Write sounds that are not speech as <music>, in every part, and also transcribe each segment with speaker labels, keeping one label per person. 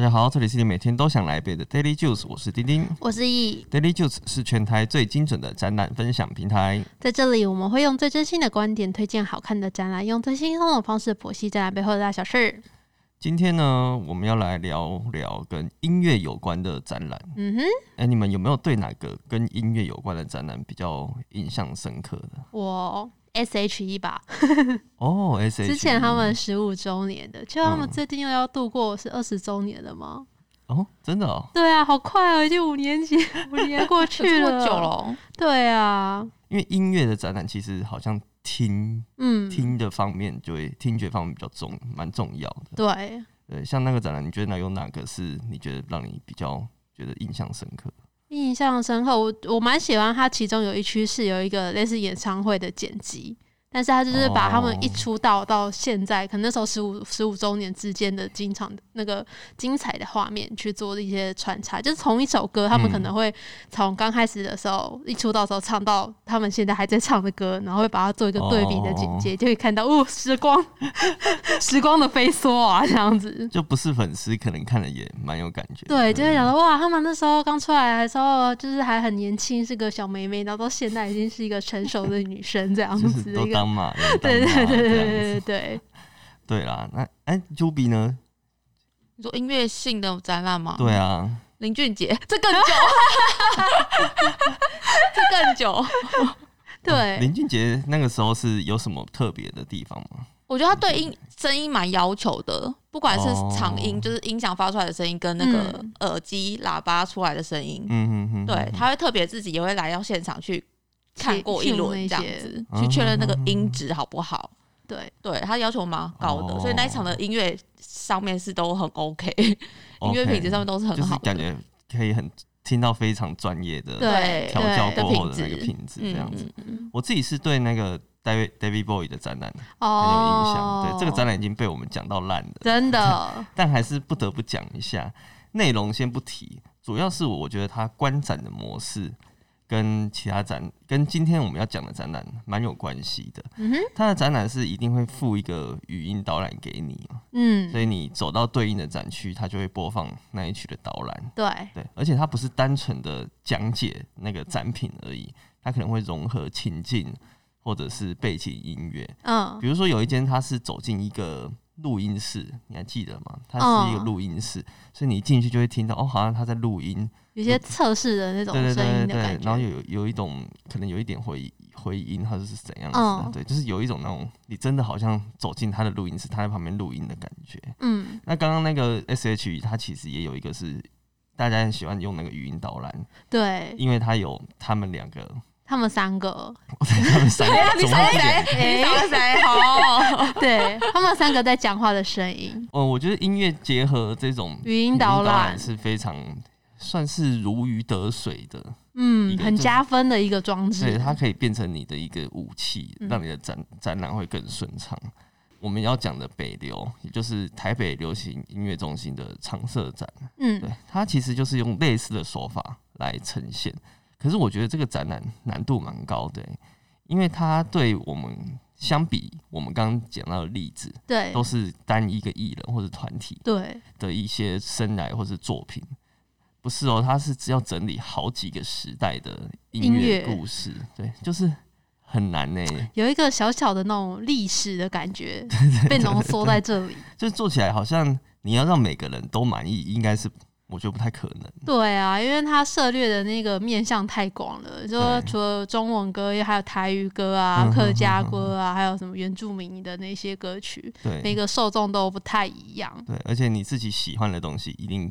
Speaker 1: 家好，这里是你每天都想来一杯的 Daily Juice，我是丁丁。
Speaker 2: 我是易，
Speaker 1: Daily Juice 是全台最精准的展览分享平台。
Speaker 2: 在这里我们会用最真心的观点推荐好看的展览，用最轻松的方式剖析展览背后的大小事。
Speaker 1: 今天呢，我们要来聊聊跟音乐有关的展览。
Speaker 2: 嗯哼，
Speaker 1: 哎、你们有没有对哪个跟音乐有关的展览比较印象深刻的？
Speaker 2: 我 S H E 吧，
Speaker 1: 哦，S
Speaker 3: E
Speaker 1: H
Speaker 2: 之前他们十五周年的，就他们
Speaker 1: 嗯
Speaker 2: 最近又要度过
Speaker 3: 嗯
Speaker 2: 是二十周年的吗？
Speaker 1: 哦，真的哦，
Speaker 2: 对啊，好快哦，已经五年级，五年过
Speaker 1: 啊
Speaker 2: 去
Speaker 3: <laughs> 这
Speaker 2: 了，
Speaker 3: 么久了哦，
Speaker 2: 对啊，
Speaker 1: 因为音乐的展览其实好像听
Speaker 2: 嗯，
Speaker 1: 听的方面就会听觉方面比较重，蛮重要的。
Speaker 2: 对，
Speaker 1: 对，像那个展览，你觉得哪有哪个是你觉得让你比较觉得印象深刻？
Speaker 2: 印象深刻，我我蛮喜欢它，其中有一区是有一个类似演唱会的剪辑，但是它就是把他们一
Speaker 1: 哦
Speaker 2: 出道到现在，可能那时候十五十五周年之间的经常那个精彩的画面去做一些穿插，就是从一首歌，他们可
Speaker 1: 嗯
Speaker 2: 能会从刚开始的时候、一出道的时候唱到他们现在还在唱的歌，然后会把它做一个对比的
Speaker 1: 哦
Speaker 2: 简介，就会看到哦，时光 <laughs> 时光的飞梭啊，这样子。
Speaker 1: 就不是粉丝，可能看了也蛮有感觉的。
Speaker 2: 对，就会
Speaker 1: 嗯
Speaker 2: 想到哇，他们那时候刚出来的时候，就是还很年轻，是个小妹妹，然后到现在已经是一个成熟的女生这样
Speaker 1: 就
Speaker 2: 子
Speaker 1: 是
Speaker 2: 的
Speaker 1: 都
Speaker 2: 一个
Speaker 1: 当。嘛，人当
Speaker 2: 对对
Speaker 1: 嘛这
Speaker 2: 对对对
Speaker 1: 样子
Speaker 2: 对对，
Speaker 1: 对啦，那哎，Juby 呢？
Speaker 3: 你说音乐性的展览吗？
Speaker 1: 对，啊，
Speaker 3: 林俊杰， <laughs> 这更久， <laughs> 这更久。
Speaker 2: 对
Speaker 1: 林俊杰那个时候是有什么特别的地方吗？
Speaker 3: 我觉得他对音声音蛮要求的，不管是
Speaker 1: 哦
Speaker 3: 场音，就是音响发出来的声音，跟那个
Speaker 2: 嗯
Speaker 3: 耳机喇叭出来的声音，
Speaker 1: 嗯嗯嗯，
Speaker 3: 对，他会特别自己也会来到现场去看过一轮这样子，
Speaker 1: 嗯
Speaker 3: 去确认那个音质好不好。
Speaker 2: 对，
Speaker 3: 对他要求蛮高的，
Speaker 1: 哦
Speaker 3: 所以那一场的音乐上面是都很 OK，音乐
Speaker 1: OK，
Speaker 3: 品质上面都是很
Speaker 1: 就是
Speaker 3: 好的，
Speaker 1: 感觉可以很听到非常专业的 <laughs> 哦呃
Speaker 3: 对
Speaker 1: 调教
Speaker 2: 对
Speaker 1: 过后的那个
Speaker 3: 的
Speaker 1: 品质这样子。
Speaker 3: 嗯嗯嗯
Speaker 1: 我自己是对那个 David David Bowie 的展览很有印象，
Speaker 2: 哦，
Speaker 1: 对这个展览已经被我们讲到烂了，
Speaker 2: 真的
Speaker 1: 但还是不得不讲一下，内容先不提，主要是我觉得它观展的模式跟其他展跟今天我们要讲的展览蛮有关系的。
Speaker 2: 嗯哼
Speaker 1: 它的展览是一定会附一个语音导览给你，所
Speaker 2: 嗯，
Speaker 1: 以你走到对应的展区，它就会播放那一区的导览。
Speaker 2: 对，
Speaker 1: 对，而且它不是单纯的讲解那个展品而已，它可能会融合情境或者是背景音乐。
Speaker 2: 嗯
Speaker 1: 比如说有一间它是走进一个录音室，你还记得吗？它是一个
Speaker 2: 嗯
Speaker 1: 录音室，所以你进去就会听到哦，好像他在录音，
Speaker 2: 有些测试的那种
Speaker 1: 对对对
Speaker 2: 声
Speaker 1: 对
Speaker 2: 音的
Speaker 1: 对
Speaker 2: 感，
Speaker 1: 然后
Speaker 2: 觉，
Speaker 1: 有有一种可能有一点回回音，它就是怎样子的，
Speaker 2: 嗯
Speaker 1: 对，就是有一种那种你真的好像走进他的录音室，他在旁边录音的感觉。
Speaker 2: 嗯，
Speaker 1: 那刚刚那个 S H E 它其实也有一个是。大家很喜欢用那个语音导览，
Speaker 2: 嗯对
Speaker 1: 因为它有他们两个， <laughs>
Speaker 2: 他们三个，
Speaker 1: 他们三个，
Speaker 2: <laughs>
Speaker 1: 总共是两个
Speaker 3: 你找了谁？ <laughs> 好，
Speaker 2: 对他们三个在讲话的声音，
Speaker 1: 嗯，我觉得音乐结合这种
Speaker 2: 语音导览，
Speaker 1: 是非常算是如鱼得水的，一
Speaker 2: 嗯，
Speaker 1: 个
Speaker 2: 很
Speaker 1: 就是
Speaker 2: 加分的一个装
Speaker 1: 所以
Speaker 2: 置，
Speaker 1: 它可以变成你的一个武器，
Speaker 2: 嗯
Speaker 1: 让你的展展览会更顺畅。我们要讲的北流，也就是台北流行音乐中心的常设展，
Speaker 2: 嗯
Speaker 1: 对，它其实就是用类似的手法来呈现。可是我觉得这个展览难度蛮高的欸、因为它对我们相比，我们刚刚讲到的例子，
Speaker 2: 对
Speaker 1: 都是单一个艺人或者团体，
Speaker 2: 对，
Speaker 1: 的一些生来或是作品，不是哦，它是要整理好几个时代的音
Speaker 2: 音
Speaker 1: 乐
Speaker 2: 乐
Speaker 1: 故事，对，就是很难呢、
Speaker 2: 有一个小小的那种历史的
Speaker 1: <laughs>
Speaker 2: 感觉被浓缩在这里。
Speaker 1: 就是做起来好像你要让每个人都满意，应该是我觉得不太可能。
Speaker 2: 对啊，因为它涉猎的那个面向太广了，就说
Speaker 1: 对
Speaker 2: 除了中文歌，还有台语歌啊
Speaker 1: 嗯、
Speaker 2: 客家歌啊，还有什么原住民的那些歌曲，每
Speaker 1: 对，
Speaker 2: 个受众都不太一样。
Speaker 1: 对，而且你自己喜欢的东西一定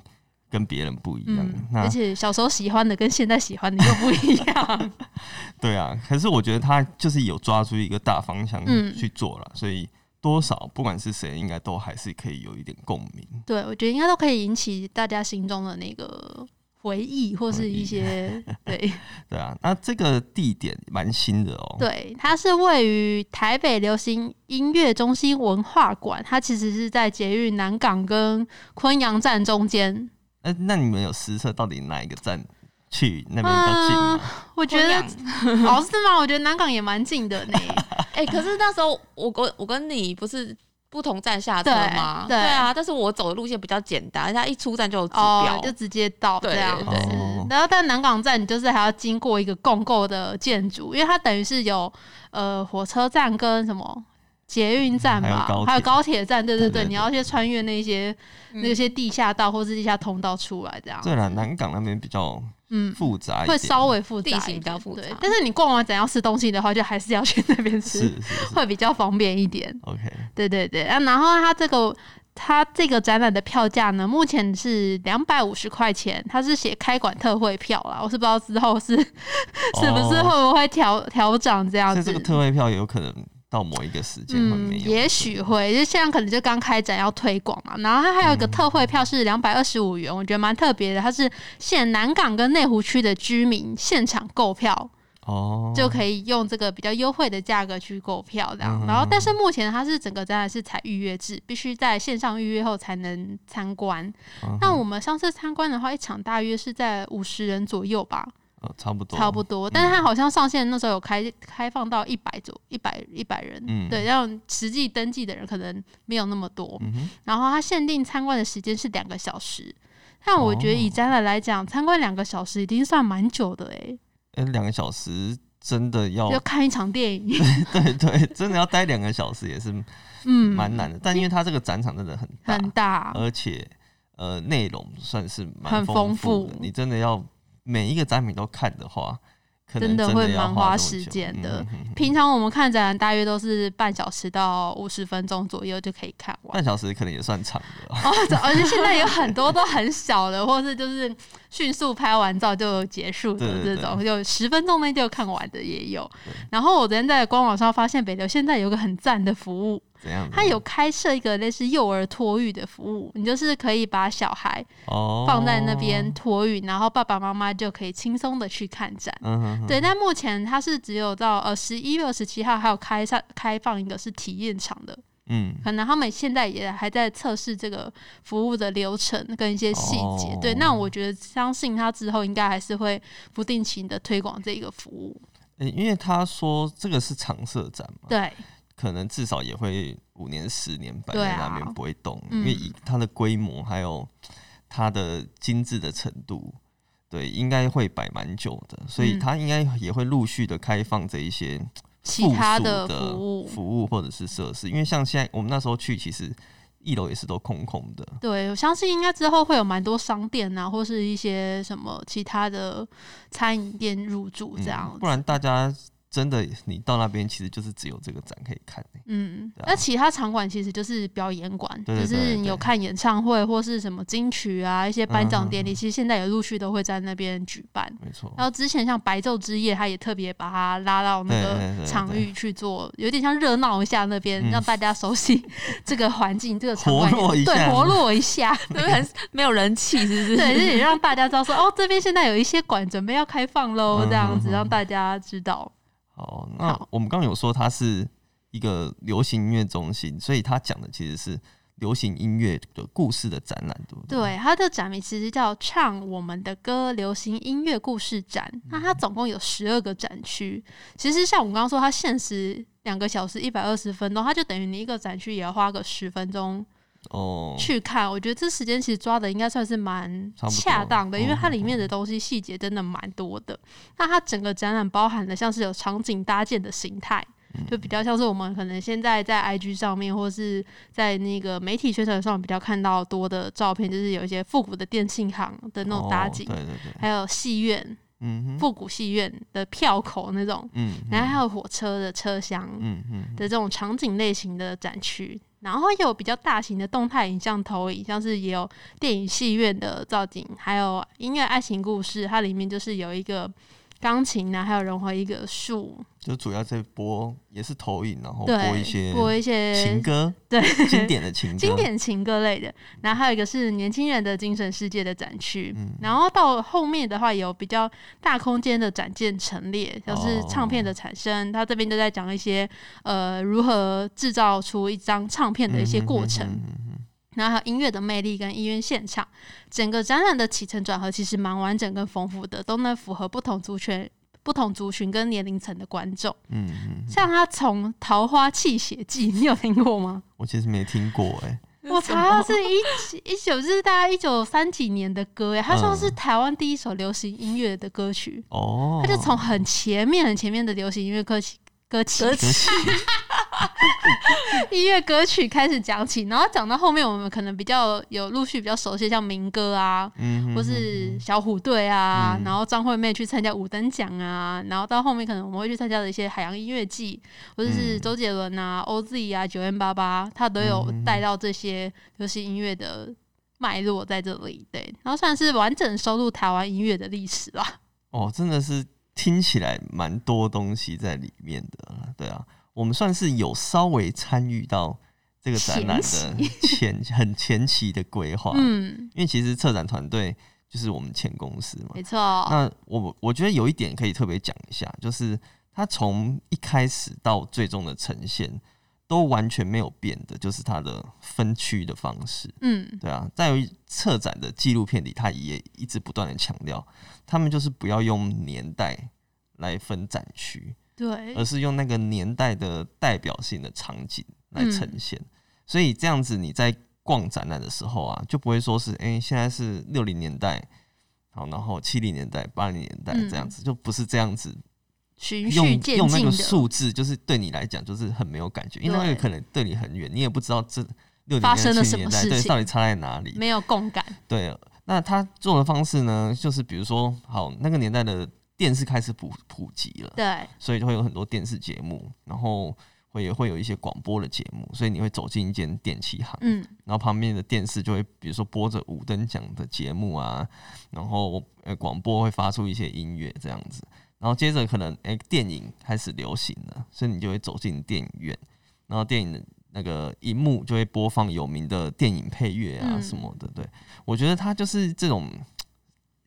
Speaker 1: 跟别人不一样。
Speaker 2: 嗯，而
Speaker 1: 那
Speaker 2: 且小时候喜欢的跟现在喜欢的又不一样。
Speaker 1: <laughs> 对啊，可是我觉得他就是有抓住一个大方向
Speaker 2: 嗯
Speaker 1: 去做了，所以多少不管是谁，应该都还是可以有一点共鸣。
Speaker 2: 对，我觉得应该都可以引起大家心中的那个回忆，或是一些对。
Speaker 1: 对啊，那这个地点蛮新的哦。
Speaker 2: 对，它是位于台北流行音乐中心文化馆，它其实是在捷运南港跟昆阳站中间。
Speaker 1: 那那你们有实测到底哪一个站去那边
Speaker 2: 啊
Speaker 1: 比较近吗？
Speaker 2: 我觉得哦是吗？我觉得南港也蛮近的呢。
Speaker 3: 哎、可是那时候我跟我跟你不是不同站下车吗？
Speaker 2: 对对
Speaker 3: 啊，但是我走的路线比较简单，它一出站就有指
Speaker 2: 哦
Speaker 3: 标，， <laughs>
Speaker 2: 就直接到
Speaker 3: 对
Speaker 2: 这样
Speaker 3: 对
Speaker 2: 子
Speaker 3: 对对
Speaker 1: 哦。
Speaker 2: 然后，但南港站你就是还要经过一个共构的建筑，因为它等于是有呃火车站跟什么捷运站
Speaker 1: 还有
Speaker 2: 吧
Speaker 1: 高，铁
Speaker 2: 还有高铁站，对对
Speaker 1: 对对
Speaker 2: 对，
Speaker 1: 对
Speaker 2: 你要先穿越那些那
Speaker 3: 嗯
Speaker 2: 些地下道或是地下通道出来这样。
Speaker 1: 对了，南港那边比较
Speaker 2: 嗯，
Speaker 1: 复杂一
Speaker 2: 会
Speaker 1: 点，
Speaker 2: 稍微复杂一
Speaker 3: 地
Speaker 2: 点，
Speaker 3: 形比较复杂
Speaker 2: 对但是你逛完展要吃东西的话，就还是要去那边
Speaker 1: 是
Speaker 2: 吃，
Speaker 1: 是
Speaker 2: <laughs>
Speaker 1: 是
Speaker 2: 会比较方便一点。
Speaker 1: ，OK，
Speaker 2: 对对对，啊，然后它这个它这个展览的票价呢，目前是两百五十块钱，它是写开馆特惠票啦，我是不知道之后是是不是
Speaker 1: 哦
Speaker 2: 会不会调调涨这样
Speaker 1: 所
Speaker 2: 子。
Speaker 1: 以这个特惠票有可能到某一个时间会没
Speaker 2: 嗯，
Speaker 1: 有，
Speaker 2: 也许会，就现在可能就刚开展要推广嘛。然后它还有一
Speaker 1: 嗯
Speaker 2: 个特惠票是两百二十五元，我觉得蛮特别的，它是限南港跟内湖区的居民现场购票，
Speaker 1: 哦，
Speaker 2: 就可以用这个比较优惠的价格去购票这样。
Speaker 1: 嗯
Speaker 2: 然后，但是目前它是整个展览是采预约制，必须在线上预约后才能参观。
Speaker 1: 嗯
Speaker 2: 那我们上次参观的话，一场大约是在五十人左右吧，
Speaker 1: 呃差不多，
Speaker 2: 差不多。
Speaker 1: 嗯
Speaker 2: 但是它好像上线那时候有开开放到一百左一百一百人，
Speaker 1: 嗯
Speaker 2: 对，让实际登记的人可能没有那么多。
Speaker 1: 嗯哼，
Speaker 2: 然后它限定参观的时间是两个小时。但我觉得以
Speaker 1: 哦
Speaker 2: 展览来讲，参观两个小时已经算蛮久的诶、
Speaker 1: 哎，两个小时真的要
Speaker 2: 要看一场电影，
Speaker 1: <laughs> 对对，真的要待两个小时也是
Speaker 2: 嗯，
Speaker 1: 蛮难的。但因为它这个展场真的很大，
Speaker 2: 很大，
Speaker 1: 而且呃内容算是蛮
Speaker 2: 很丰
Speaker 1: 富的。
Speaker 2: 富
Speaker 1: 你真的要每一个展品都看的话，可能
Speaker 2: 真的
Speaker 1: 的
Speaker 2: 会
Speaker 1: 要
Speaker 2: 蛮
Speaker 1: 花
Speaker 2: 花
Speaker 1: 那么
Speaker 2: 时
Speaker 1: 久
Speaker 2: 间的
Speaker 1: 嗯哼哼哼
Speaker 2: 平常我们看展览大约都是半小时到五十分钟左右就可以看
Speaker 1: <laughs>
Speaker 2: 完。
Speaker 1: 半小时可能也算长的啊。
Speaker 2: 哦，这而且现在有很多都很小的，或是就是迅速拍完照就结束的
Speaker 1: 对对
Speaker 2: 这种，就十分钟内就看完的也有
Speaker 1: 对。
Speaker 2: 然后我昨天在官网上发现，北流现在有个很赞的服务，
Speaker 1: 怎样呢？
Speaker 2: 它有开设一个类似幼儿托育的服务，你就是可以把小孩
Speaker 1: 哦
Speaker 2: 放在那边，托育，然后爸爸妈妈就可以轻松的去看展。
Speaker 1: 嗯哼哼，
Speaker 2: 对，但目前它是只有到呃十一月二十七号还有开上开放一个是体验场的，
Speaker 1: 嗯，
Speaker 2: 可能他们现在也还在测试这个服务的流程跟一些细节。
Speaker 1: 哦
Speaker 2: 对，那我觉得相信他之后应该还是会不定期的推广这个服务。
Speaker 1: 诶嗯因为他说这个是常设展嘛，
Speaker 2: 对，
Speaker 1: 可能至少也会五年、十年、百
Speaker 2: 对
Speaker 1: 年
Speaker 2: 啊
Speaker 1: 那边不会动，
Speaker 2: 嗯
Speaker 1: 因为以它的规模还有它的精致的程度，对，应该会摆蛮久的，所以
Speaker 2: 嗯
Speaker 1: 它应该也会陆续的开放这一些
Speaker 2: 其他
Speaker 1: 附属
Speaker 2: 的
Speaker 1: 的
Speaker 2: 服务。
Speaker 1: 服务或者是设施，因为像现在我们那时候去，其实一楼也是都空空的，
Speaker 2: 对，我相信应该之后会有蛮多商店啊，或是一些什么其他的餐饮店入驻这样
Speaker 1: 嗯
Speaker 2: 子。
Speaker 1: 不然大家真的你到那边其实就是只有这个展可以看、欸，
Speaker 2: 嗯，
Speaker 1: 对啊
Speaker 2: 那其他场馆其实就是表演馆，
Speaker 1: 对对
Speaker 2: 就
Speaker 1: 对
Speaker 2: 是
Speaker 1: 对
Speaker 2: 你有看演唱会或是什么金曲啊，一些颁奖典
Speaker 1: 嗯
Speaker 2: 礼，
Speaker 1: 哦
Speaker 2: 其实现在也陆续都会在那边举办。
Speaker 1: 没错，
Speaker 2: 然后之前像白昼之夜，他也特别把它拉到那
Speaker 1: 对对对
Speaker 2: 个
Speaker 1: 对
Speaker 2: 场域去做，有点像热闹一下那边，
Speaker 1: 嗯
Speaker 2: 让大家熟悉这个环境、这个场
Speaker 1: 活
Speaker 2: 馆，
Speaker 1: 络一
Speaker 2: 对，
Speaker 1: 下
Speaker 2: 活络
Speaker 1: <laughs>
Speaker 2: 一下，
Speaker 3: 那边很没有人气，是不是？ <laughs>
Speaker 2: 对，就是也让大家知道说，哦，这边现在有一些馆准备要开放喽，
Speaker 1: 嗯
Speaker 2: 这样子
Speaker 1: 嗯嗯
Speaker 2: 让大家知道。
Speaker 1: 好，那
Speaker 2: 好
Speaker 1: 我们刚刚有说它是一个流行音乐中心，所以它讲的其实是流行音乐的故事的展览，对不对？
Speaker 2: 对，它的展名其实叫“唱我们的歌：流行音乐故事展”。那它总共有十二个展区。其实像我们刚刚说，它限时两个小时一百二十分钟，它就等于你一个展区也要花个十分钟
Speaker 1: 哦，
Speaker 2: 去看。我觉得这时间其实抓的应该算是蛮
Speaker 1: 差不多
Speaker 2: 恰当的，因为它
Speaker 1: 嗯
Speaker 2: 里面的东西细节真的蛮多的。那它整个展览包含了像是有场景搭建的形态。
Speaker 1: 嗯
Speaker 2: 就比较像是我们可能现在在 IG 上面，或是在那个媒体宣传上比较看到多的照片，就是有一些复古的电信行的那种搭景，
Speaker 1: 哦对对对，
Speaker 2: 还有戏院、
Speaker 1: 嗯哼，
Speaker 2: 复古戏院的票口那种，
Speaker 1: 嗯哼，
Speaker 2: 然后还有火车的车厢，
Speaker 1: 嗯嗯，
Speaker 2: 的这种场景类型的展区，然后也有比较大型的动态影像投影，像是也有电影戏院的造景，还有音乐爱情故事，它里面就是有一个钢琴啊，还有融合一个树，
Speaker 1: 就主要在播也是投影，然后
Speaker 2: 对，
Speaker 1: 哦播一些
Speaker 2: 播一些
Speaker 1: 情歌，
Speaker 2: 对
Speaker 1: <laughs> 经
Speaker 2: <laughs>
Speaker 1: 典的情歌，
Speaker 2: 经典情歌类的，然后还有一个是年轻人的精神世界的展区，
Speaker 1: 嗯
Speaker 2: 然后到后面的话有比较大空间的展件陈列，像是
Speaker 1: 哦
Speaker 2: 唱片的产生，它这边就在讲一些呃如何制造出一张唱片的一些过程，
Speaker 1: 嗯哼嗯哼嗯哼
Speaker 2: 然后还有音乐的魅力跟音乐现场，整个展览的起承转合其实蛮完整跟丰富的，都能符合不同族群。不同族群跟年龄层的观众。
Speaker 1: 嗯嗯，
Speaker 2: 像他从《桃花泣血记》，你有听过吗？
Speaker 1: 我其实没听过哎、
Speaker 2: 我查到是一九一九，就是大概一九三几年的歌哎，它算是台湾第一首流行音乐的歌曲。
Speaker 1: 哦，
Speaker 2: 它就从很前面、很前面的流行音乐歌曲、歌曲、
Speaker 1: 可惜
Speaker 2: <laughs> 音乐歌曲开始讲起，然后讲到后面，我们可能比较有陆续比较熟悉，像民歌啊，
Speaker 1: 嗯哼，
Speaker 2: 或是小虎队啊，
Speaker 1: 嗯
Speaker 2: 然后张惠妹去参加五等奖啊，然后到后面可能我们会去参加的一些海洋音乐季，或者是
Speaker 1: 嗯
Speaker 2: 周杰伦啊、OZ 啊、九 N 八八，他都有
Speaker 1: 嗯
Speaker 2: 带到这些流行音乐的脉络在这里，对，然后算是完整收录台湾音乐的历史啦。
Speaker 1: 哦，真的是听起来蛮多东西在里面的啦，对啊，我们算是有稍微参与到这个展览的
Speaker 2: 前
Speaker 1: 前很前期的规划，
Speaker 2: 嗯，
Speaker 1: 因为其实策展团队就是我们前公司嘛，
Speaker 2: 没错，
Speaker 1: 那我我觉得有一点可以特别讲一下，就是它从一开始到最终的呈现都完全没有变的，就是它的分区的方式。
Speaker 2: 嗯
Speaker 1: 对啊，在于策展的纪录片里，他也一直不断的强调，他们就是不要用年代来分展区，
Speaker 2: 对
Speaker 1: 而，是用那个年代的代表性的场景来
Speaker 2: 嗯
Speaker 1: 呈现。所以这样子你在逛展览的时候啊，就不会说是诶，现在是六零年代，好，然后七零年代、八零年代
Speaker 2: 嗯
Speaker 1: 这样子，就不是这样子
Speaker 2: 循序
Speaker 1: 用
Speaker 2: 渐
Speaker 1: 用那
Speaker 2: 进
Speaker 1: 个
Speaker 2: 的
Speaker 1: 数字，就是对你来讲就是很没有感觉，因为
Speaker 2: 对
Speaker 1: 那个可能对你很远，你也不知道这六零
Speaker 2: 发
Speaker 1: 年
Speaker 2: 生了
Speaker 1: 代、七
Speaker 2: 什
Speaker 1: 零
Speaker 2: 么
Speaker 1: 年代
Speaker 2: 事
Speaker 1: 对
Speaker 2: 情
Speaker 1: 到底差在哪里。
Speaker 2: 没有共感，
Speaker 1: 对，那他做的方式呢，就是比如说，好，那个年代的电视开始普普及了，
Speaker 2: 对，
Speaker 1: 所以就会有很多电视节目，然后会也会有一些广播的节目，所以你会走进一间电器行，
Speaker 2: 嗯
Speaker 1: 然后旁边的电视就会比如说播着五等奖的节目啊，然后呃广播会发出一些音乐这样子，然后接着可能诶、电影开始流行了，所以你就会走进电影院，然后电影的那个荧幕就会播放有名的电影配乐啊
Speaker 2: 嗯
Speaker 1: 什么的，对我觉得它就是这种。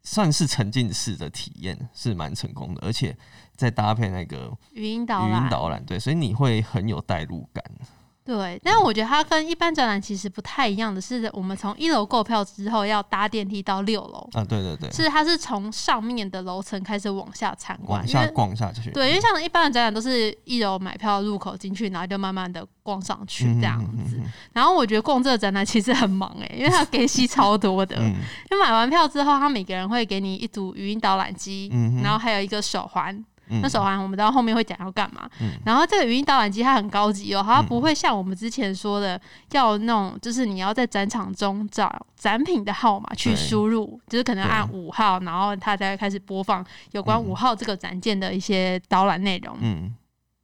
Speaker 1: 算是沉浸式的体验是蛮成功的，而且再搭配那个
Speaker 2: 语音导
Speaker 1: 语
Speaker 2: 览
Speaker 1: 音，导览，对，所以你会很有代入感。
Speaker 2: 对，但我觉得它跟一般展览其实不太一样的是，我们从一楼购票之后要搭电梯到六楼，
Speaker 1: 啊，对对对，
Speaker 2: 是它是从上面的楼层开始往下参观，
Speaker 1: 往
Speaker 2: 因
Speaker 1: 下
Speaker 2: 为
Speaker 1: 逛下去。
Speaker 2: 对，因为像一般的展览都是一楼买票入口进去，然后就慢慢的逛上去
Speaker 1: 嗯
Speaker 2: 这样子。然后我觉得逛这个展览其实很忙欸诶、因为它给息超多的。
Speaker 1: <laughs> 嗯
Speaker 2: 因为买完票之后，他每个人会给你一组语音导览机，
Speaker 1: 嗯
Speaker 2: 然后还有一个手环，
Speaker 1: 嗯
Speaker 2: 那手环我们到后面会讲要干嘛。
Speaker 1: 嗯
Speaker 2: 然后这个语音导览机它很高级哦，它不会像我们之前说的要那种，就是你要在展场中找展品的号码去
Speaker 1: 对
Speaker 2: 输入，就是可能
Speaker 1: 对
Speaker 2: 按
Speaker 1: 啊
Speaker 2: 五号，然后它才会开始播放有关
Speaker 1: 嗯
Speaker 2: 五号这个展件的一些导览内容。
Speaker 1: 嗯，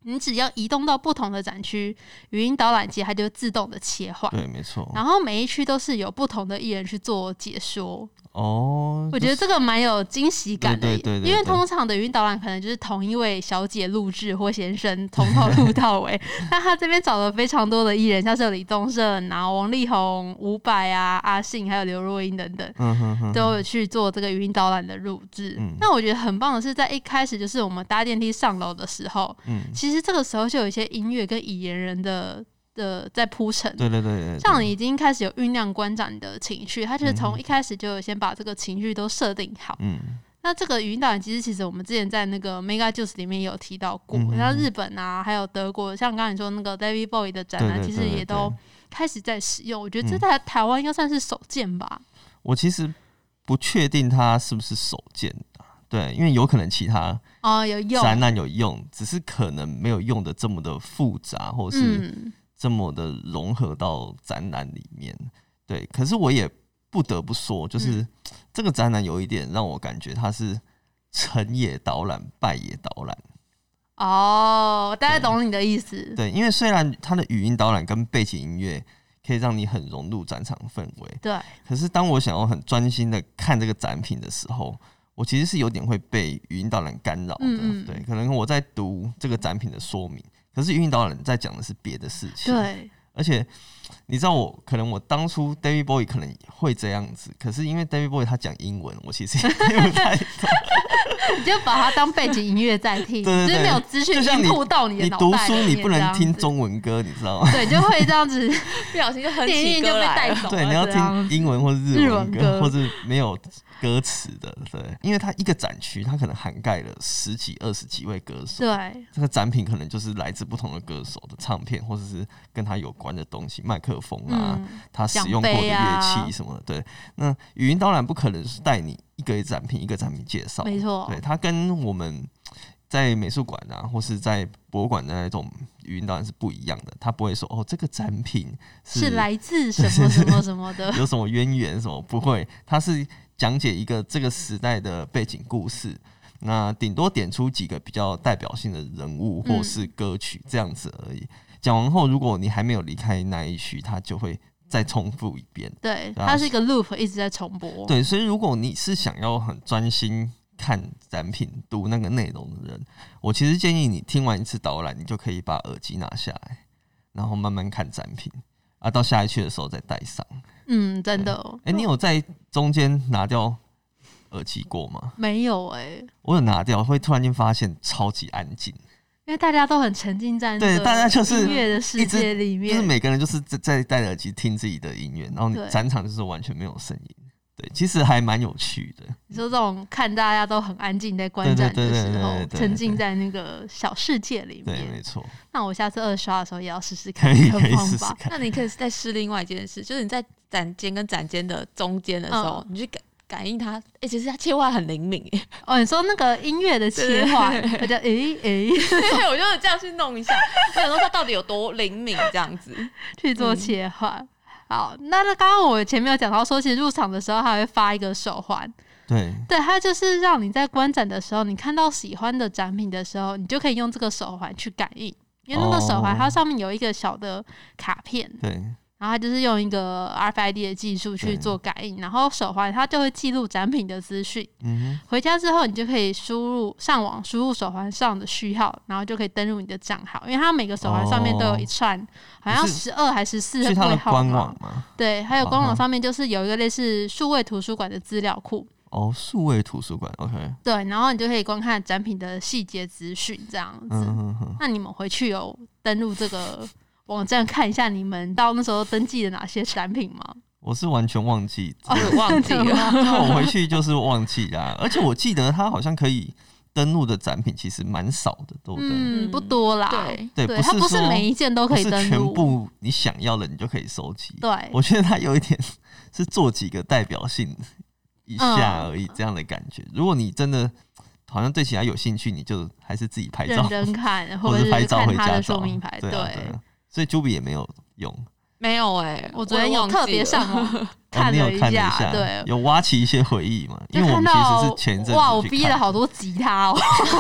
Speaker 2: 你只要移动到不同的展区，语音导览机它就会自动的切换。
Speaker 1: 对，没错。
Speaker 2: 然后每一区都是有不同的艺人去做解说，
Speaker 1: 哦，
Speaker 2: 我觉得
Speaker 1: 就是
Speaker 2: 这个蛮有惊喜感的耶，
Speaker 1: 对对对对
Speaker 2: 因为
Speaker 1: 对
Speaker 2: 通常的语音导览可能就是同一位小姐录制或先生从头
Speaker 1: <laughs>
Speaker 2: 录到尾，那他这边找了非常多的艺人，像是有李宗盛，然后王力宏、伍佰啊、阿信，还有刘若英等等。
Speaker 1: 嗯哼哼，
Speaker 2: 都有去做这个语音导览的录制，
Speaker 1: 嗯
Speaker 2: 那我觉得很棒的是，在一开始就是我们搭电梯上楼的时候，
Speaker 1: 嗯，
Speaker 2: 其实这个时候就有一些音乐跟语言人的的在铺陈，
Speaker 1: 对对对对，对
Speaker 2: 像你已经开始有酝酿观展的情绪，他就是
Speaker 1: 嗯
Speaker 2: 从
Speaker 1: 哼
Speaker 2: 一开始就有先把这个情绪都设定好。
Speaker 1: 嗯
Speaker 2: 那这个语音导演机制，其实我们之前在那个 Mega Juice 里面也有提到过
Speaker 1: 嗯，哼
Speaker 2: 像、日本啊，还有德国，像刚才你说那个 David Bowie 的展
Speaker 1: 对
Speaker 2: 览，
Speaker 1: 对
Speaker 2: 其实
Speaker 1: 对对对
Speaker 2: 也都开始在使用。我觉得这
Speaker 1: 嗯
Speaker 2: 在台湾应该算是首见吧。
Speaker 1: 我其实不确定它是不是手贱的，对，因为有可能其他
Speaker 2: 哦、有用，
Speaker 1: 展览有用，只是可能没有用的这么的复杂，或是
Speaker 2: 嗯，
Speaker 1: 这么的融合到展览里面。对，可是我也不得不说，
Speaker 2: 嗯
Speaker 1: 就是这个展览有一点让我感觉它是成也导览，败也导览。
Speaker 2: 哦，我大概懂你的意思。
Speaker 1: 啊对，因为虽然它的语音导览跟背景音乐可以让你很融入展场氛围，
Speaker 2: 对，
Speaker 1: 可是当我想要很专心的看这个展品的时候，我其实是有点会被语音导览干扰的。
Speaker 2: 嗯嗯
Speaker 1: 对，可能我在读这个展品的说明，可是语音导览在讲的是别的事情。，
Speaker 2: 对，
Speaker 1: 而且你知道我可能我当初 David Bowie 可能会这样子，可是因为 David Bowie 他讲英文，我其实也 <laughs> 听不太懂。
Speaker 2: 你就把它当背景音乐在听，
Speaker 1: 对对
Speaker 2: 就是没有
Speaker 1: 对
Speaker 2: 资讯
Speaker 1: 就像
Speaker 2: 进
Speaker 1: 你
Speaker 2: 入到 <laughs> 你的
Speaker 1: 你
Speaker 2: 脑
Speaker 1: 读
Speaker 2: 袋里
Speaker 1: 书
Speaker 2: 面
Speaker 1: 你不
Speaker 2: 这
Speaker 1: 能
Speaker 2: 样
Speaker 1: 听
Speaker 2: 子，
Speaker 1: 中文歌，你知道吗？
Speaker 2: 对，就会这样
Speaker 1: <laughs>
Speaker 2: 子。
Speaker 3: 不小心就哼
Speaker 2: 电
Speaker 3: 起
Speaker 2: 影就
Speaker 3: 歌
Speaker 2: 被
Speaker 3: 来
Speaker 2: 带
Speaker 3: 了。
Speaker 2: 走了，
Speaker 1: 啊对，你要
Speaker 2: 啊这样
Speaker 1: 听英文或者
Speaker 2: 日
Speaker 1: 日
Speaker 2: 文
Speaker 1: 文歌，
Speaker 2: 歌
Speaker 1: 或者没有歌词的，对，因为它一个展区，它可能涵盖了十几、二十几位歌手，
Speaker 2: 对，
Speaker 1: 这个展品可能就是来自不同的歌手的唱片，或者是跟他有关的东西，麦克风啊，
Speaker 2: 嗯啊
Speaker 1: 他使用过的乐器什么的，对。那语音当然不可能是带你一个展品一个展品介绍，
Speaker 2: 没错
Speaker 1: 对，它跟我们在美术馆啊，或是在博物馆的那种语音当然是不一样的，它不会说哦，这个展品
Speaker 2: 是
Speaker 1: 嗯
Speaker 2: 来自什么什么什么
Speaker 1: <laughs>
Speaker 2: 的，
Speaker 1: 有什么渊源什么不会，它是讲解一个这个时代的背景故事，那顶多点出几个比较代表性的人物或是歌曲这样子而已。讲完后，如果你还没有离开那一区，它就会再重复一遍。
Speaker 2: 对，
Speaker 1: 啊
Speaker 2: 它是一个 loop 一直在重播，
Speaker 1: 对，所以如果你是想要很专心看展品、读那个内容的人，我其实建议你听完一次导览，你就可以把耳机拿下来，然后慢慢看展品啊，到下一区的时候再戴上。
Speaker 2: 嗯，真的，
Speaker 1: 哎、你有在中间拿掉耳机过吗？
Speaker 2: 没有哎、
Speaker 1: 我有拿掉，会突然间发现超级安静，
Speaker 2: 因为大家都很沉浸在那
Speaker 1: 对
Speaker 2: 个
Speaker 1: 大家就是
Speaker 2: 音乐的世
Speaker 1: 一直
Speaker 2: 界里
Speaker 1: 就是
Speaker 2: 面，
Speaker 1: 每个人就是在在戴耳机听自己的音乐，然后你
Speaker 2: 对
Speaker 1: 展场就是完全没有声音。对，其实还蛮有趣的。
Speaker 2: 你说这种看大家都很安静在观展
Speaker 1: 对对
Speaker 2: 的
Speaker 1: 对
Speaker 2: 时
Speaker 1: 对
Speaker 2: 候
Speaker 1: 对对，对
Speaker 2: 沉浸在那个小世界里
Speaker 1: 对，
Speaker 2: 面。
Speaker 1: 没错，
Speaker 2: 那我下次二刷的时候也要试试
Speaker 1: 可
Speaker 2: 看
Speaker 1: 以
Speaker 2: 这个
Speaker 1: 可以
Speaker 2: 方
Speaker 1: 试试
Speaker 2: 法。
Speaker 1: 看。
Speaker 3: 那你可以再试另外一件事，就是你在展间跟展间的中间的时候，你去感感应它，哎、其实它切换很灵 <laughs> 敏，
Speaker 2: 哦，你说那个音乐的切换，
Speaker 3: 对对对
Speaker 2: 我觉得诶
Speaker 1: <laughs>
Speaker 2: 诶，
Speaker 3: 对，我就是这样去弄一下，我想说它到底有多灵敏这样子。
Speaker 1: 嗯
Speaker 2: 去做切换。好，那那刚刚我前面有讲到说，其实入场的时候还会发一个手环，
Speaker 1: 对，
Speaker 2: 对，它就是让你在观展的时候，你看到喜欢的展品的时候，你就可以用这个手环去感应，因为那个手环
Speaker 1: 哦
Speaker 2: 它上面有一个小的卡片，
Speaker 1: 对，
Speaker 2: 然后它就是用一个 RFID 的技术去
Speaker 1: 对
Speaker 2: 做感应，然后手环它就会记录展品的资讯。
Speaker 1: 嗯
Speaker 2: 回家之后，你就可以输入上网输入手环上的序号，然后就可以登录你的账号，因为它每个手环上面都有一串，好像
Speaker 1: 是
Speaker 2: 十二还是十
Speaker 1: 哼，
Speaker 2: 四
Speaker 1: 去他
Speaker 2: 位
Speaker 1: 的
Speaker 2: 号
Speaker 1: 官
Speaker 2: 码
Speaker 1: 网。吗？
Speaker 2: 对，还有官
Speaker 1: 啊
Speaker 2: 网
Speaker 1: 哈
Speaker 2: 上面就是有一个类似数位图书馆的资料库，
Speaker 1: 哦，数位图书馆，OK，
Speaker 2: 对，然后你就可以观看展品的细节资讯这样子。
Speaker 1: 嗯哼哼，
Speaker 2: 那你们回去有登录这个网站看一下你们到那时候登记的哪些展品吗？
Speaker 1: 我是完全忘记，
Speaker 2: 哦
Speaker 3: 我也忘记了，
Speaker 1: 那我回去就是忘记啦。而且我记得它好像可以登录的展品其实蛮少的，哦对不对？
Speaker 2: 嗯，
Speaker 3: 嗯
Speaker 2: 不多啦。
Speaker 3: 对
Speaker 1: 对
Speaker 2: 对，
Speaker 1: 不
Speaker 2: 它
Speaker 1: 是
Speaker 2: 不是
Speaker 1: 说
Speaker 2: 每一件都
Speaker 1: 不
Speaker 2: 可以
Speaker 1: 是
Speaker 2: 登
Speaker 1: 全
Speaker 2: 录。
Speaker 1: 部你想要的你就可以收集。
Speaker 2: 对，
Speaker 1: 我觉得它有一点是做几个代表性一下
Speaker 2: 嗯
Speaker 1: 而已这样的感觉。如果你真的好像对其他有兴趣，你就还是自己拍
Speaker 2: 认
Speaker 1: 照，<laughs>
Speaker 2: 真看，
Speaker 1: 或者
Speaker 2: 者是
Speaker 1: 是拍照
Speaker 2: 看
Speaker 1: 回
Speaker 2: 它
Speaker 1: 家
Speaker 2: 的
Speaker 1: 照。
Speaker 2: 说明牌。
Speaker 1: 对啊，对啊所以 Juby 也没有用。
Speaker 3: 没有哎、
Speaker 2: 我昨天有
Speaker 3: 忘记了
Speaker 2: 特别上网
Speaker 1: <laughs> 哦
Speaker 2: 看
Speaker 1: 你有
Speaker 2: 了一
Speaker 1: 看了
Speaker 2: 下，对。
Speaker 1: 有挖起一些回忆嘛？因
Speaker 2: 就
Speaker 1: 为我
Speaker 2: 看
Speaker 1: 们其
Speaker 2: 到
Speaker 1: 实是前一阵子
Speaker 2: 哇，我
Speaker 1: 去
Speaker 2: 逼
Speaker 1: 看
Speaker 2: 了好多吉他哦，
Speaker 3: 到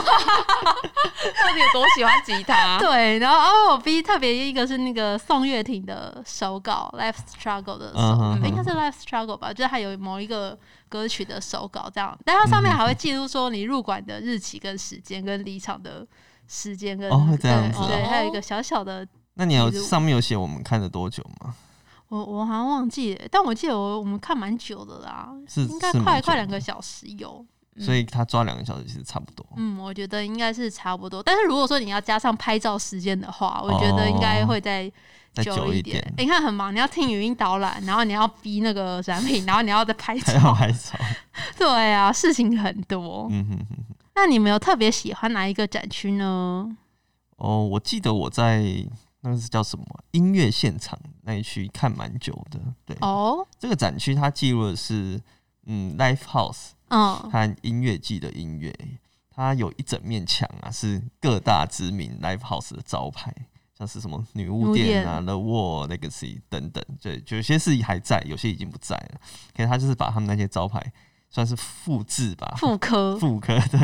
Speaker 3: 底有多喜欢吉他？
Speaker 2: 对，然后哦，我逼特别一个是那个宋岳庭的手稿《Life Struggle》的手
Speaker 1: 嗯
Speaker 2: 稿
Speaker 1: 哼，哼
Speaker 2: 应该是《Life Struggle》吧，就是它有某一个歌曲的手稿这样，但它上面还会记录说你入馆的日期跟时间跟离场的时间跟
Speaker 1: 哦会这样
Speaker 2: 对
Speaker 1: 子哦
Speaker 2: 对，还有一个小小的
Speaker 1: 那你有
Speaker 2: 记录
Speaker 1: 上面有写我们看了多久吗？
Speaker 2: 我我好像忘记了，但我记得我我们看蛮久的啦，
Speaker 1: 是
Speaker 2: 应该
Speaker 1: 是蛮
Speaker 2: 快
Speaker 1: 久
Speaker 2: 快
Speaker 1: 的
Speaker 2: 两个小时有。
Speaker 3: 嗯
Speaker 1: 所以他抓两个小时其实差不多。
Speaker 2: 嗯，我觉得应该是差不多。但是如果说你要加上拍照时间的话，我觉
Speaker 1: 哦
Speaker 2: 得应该会再
Speaker 1: 再久
Speaker 2: 一
Speaker 1: 一点
Speaker 2: 诶你看很忙，你要听语音导览，然后你要逼那个展品，然后你要再
Speaker 1: <laughs>
Speaker 2: 拍
Speaker 1: 还要
Speaker 2: 照。
Speaker 1: 拍照，
Speaker 2: 对啊，事情很多。
Speaker 1: 嗯哼哼哼。
Speaker 2: 那你们有特别喜欢哪一个展区呢？
Speaker 1: 哦，我记得我在那个是叫什么啊音乐现场那一区看蛮久的。对，
Speaker 2: 哦，
Speaker 1: 这个展区它记录的是嗯 l i f e House
Speaker 2: 嗯，
Speaker 1: 和音乐季的音乐，它有一整面墙啊，是各大知名 live house 的招牌，像是什么女巫店啊、The Wall、Legacy 等等，对，就有些是还在，有些已经不在了。可是它就是把他们那些招牌算是复制吧，
Speaker 2: 妇科。
Speaker 1: 复刻对，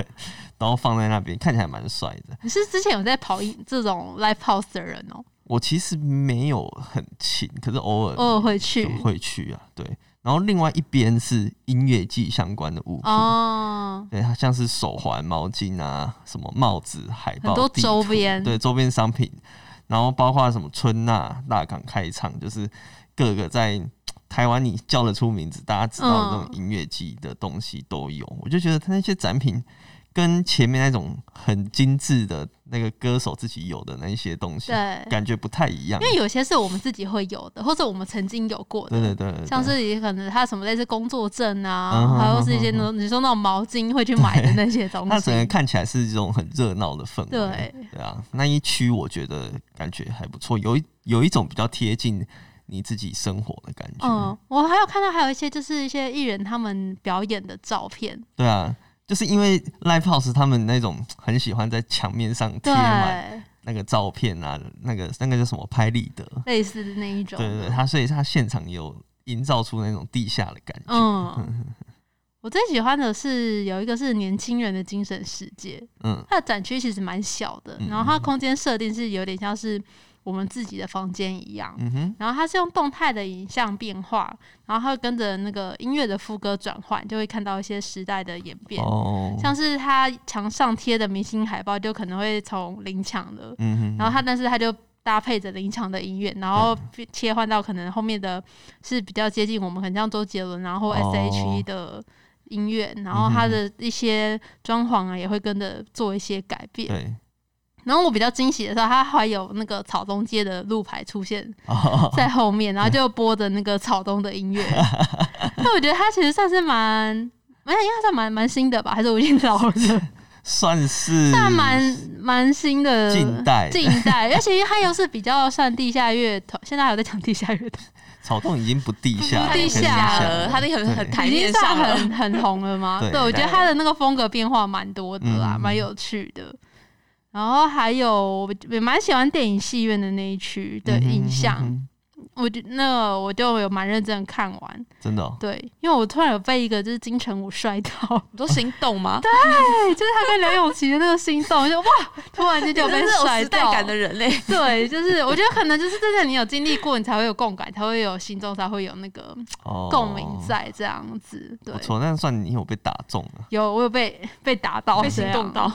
Speaker 1: 然后放在那边，看起来蛮帅的。
Speaker 2: 你是之前有在跑一这种 live house 的人哦、
Speaker 1: 我其实没有很勤，可是偶尔
Speaker 2: 偶尔会去
Speaker 1: 呃就会去啊，对。然后另外一边是音乐季相关的物品。
Speaker 2: 哦，
Speaker 1: 对，它像是手环、毛巾啊，什么帽子、海报、
Speaker 2: 很多
Speaker 1: 地
Speaker 2: 周
Speaker 1: 图
Speaker 2: 边
Speaker 1: 对周边商品，然后包括什么春娜、大港开唱，就是各个在台湾你
Speaker 2: 嗯
Speaker 1: 叫得出名字，大家知道的那种音乐季的东西都有。我就觉得它那些展品跟前面那种很精致的那个歌手自己有的那一些东西，
Speaker 2: 对，
Speaker 1: 感觉不太一样
Speaker 2: 因。为有些是我们自己会有的，或者我们曾经有过
Speaker 1: 对
Speaker 2: 的，
Speaker 1: 对对对，
Speaker 2: 像
Speaker 1: 对
Speaker 2: 是也可能它什么类似工作证
Speaker 1: 嗯
Speaker 2: 啊，
Speaker 1: 哼
Speaker 2: 还有
Speaker 1: 哼
Speaker 2: 是一些那种你说那种毛巾会去买的那些
Speaker 1: <laughs>
Speaker 2: 东
Speaker 1: 它整个
Speaker 2: 西，
Speaker 1: 看起来是这种很热闹的氛围。
Speaker 2: 对，
Speaker 1: 对啊，那一区我觉得感觉还不错，有一有一种比较贴近你自己生活的感觉。
Speaker 2: 嗯，我还有看到还有一些就是一些艺人他们表演的照片，
Speaker 1: 对啊，就是因为 Live House 他们那种很喜欢在墙面上贴
Speaker 2: 对，
Speaker 1: 满那个照片啊，那个那个叫什么拍立得，
Speaker 2: 类似的那一种，
Speaker 1: 对对对，他所以他现场有营造出那种地下的感觉。
Speaker 2: 嗯。我最喜欢的是有一个是年轻人的精神世界，
Speaker 1: 嗯
Speaker 2: 它的展区其实蛮小的，然后它空间设定是有点像是我们自己的房间一样，
Speaker 1: 嗯哼，
Speaker 2: 然后它是用动态的影像变化，然后它会跟着那个音乐的副歌转换，就会看到一些时代的演变。
Speaker 1: 哦，
Speaker 2: 像是它墙上贴的明星海报，就可能会从林强的，
Speaker 1: 嗯哼，
Speaker 2: 然后它但是它就搭配着林强的音乐，然后变切换到可能后面的是比较接近我们，很像周杰伦，然后
Speaker 1: 哦嗯
Speaker 2: S.H.E 的音乐，然后它的一些装潢啊也会跟着做一些改变。
Speaker 1: 对，
Speaker 2: 然后我比较惊喜的是，它还有那个草东街的路牌出现
Speaker 1: 哦
Speaker 2: 在后面，然后就播着那个草东
Speaker 1: <laughs>
Speaker 2: 的音乐。那我觉得它其实算是蛮，蛮应该算蛮蛮新的吧，还是我已经老了？
Speaker 1: <laughs> 算是
Speaker 2: 算蛮蛮新的
Speaker 1: 近代
Speaker 2: 近代，而且它又是比较算地下乐团，现在还有在讲地下乐团，
Speaker 1: 草洞已经不地下了，
Speaker 2: 不嗯地
Speaker 1: 跟
Speaker 2: 下
Speaker 1: 嗯
Speaker 3: 了，他那个很很台
Speaker 2: 已经
Speaker 3: 面
Speaker 2: 算
Speaker 3: 上了。
Speaker 2: 很很红了嘛。
Speaker 1: 对
Speaker 2: 对，我觉得
Speaker 3: 对
Speaker 2: 它的那个风格变化蛮多的啦，
Speaker 1: 嗯
Speaker 2: 蛮有趣的。然后还有，我也蛮喜欢电影戏院的那一区的
Speaker 1: 对嗯哼
Speaker 2: 影像，
Speaker 1: 嗯
Speaker 2: 我觉那个我就有蛮认真地看完，
Speaker 1: 哼真的哦
Speaker 2: 对，因为我突然有被一个就是金城武摔
Speaker 3: <laughs>
Speaker 2: 到，
Speaker 3: 你都心动吗？对，
Speaker 2: 对，啊就是他跟梁咏琪的那个心动，就哇，突然间就
Speaker 3: <laughs>
Speaker 2: 有被
Speaker 3: 是有
Speaker 2: 摔
Speaker 3: 时代
Speaker 2: 到，
Speaker 3: 感的人嘞。
Speaker 2: 对，就是我觉得可能就是真的，你有经历过，你才会有共感，才会有心中才会有那个
Speaker 1: 哦，
Speaker 2: 共鸣在这样子。对
Speaker 1: 不，错，那算你有被打中了。
Speaker 2: 有我有被被打到，
Speaker 3: 被心动到。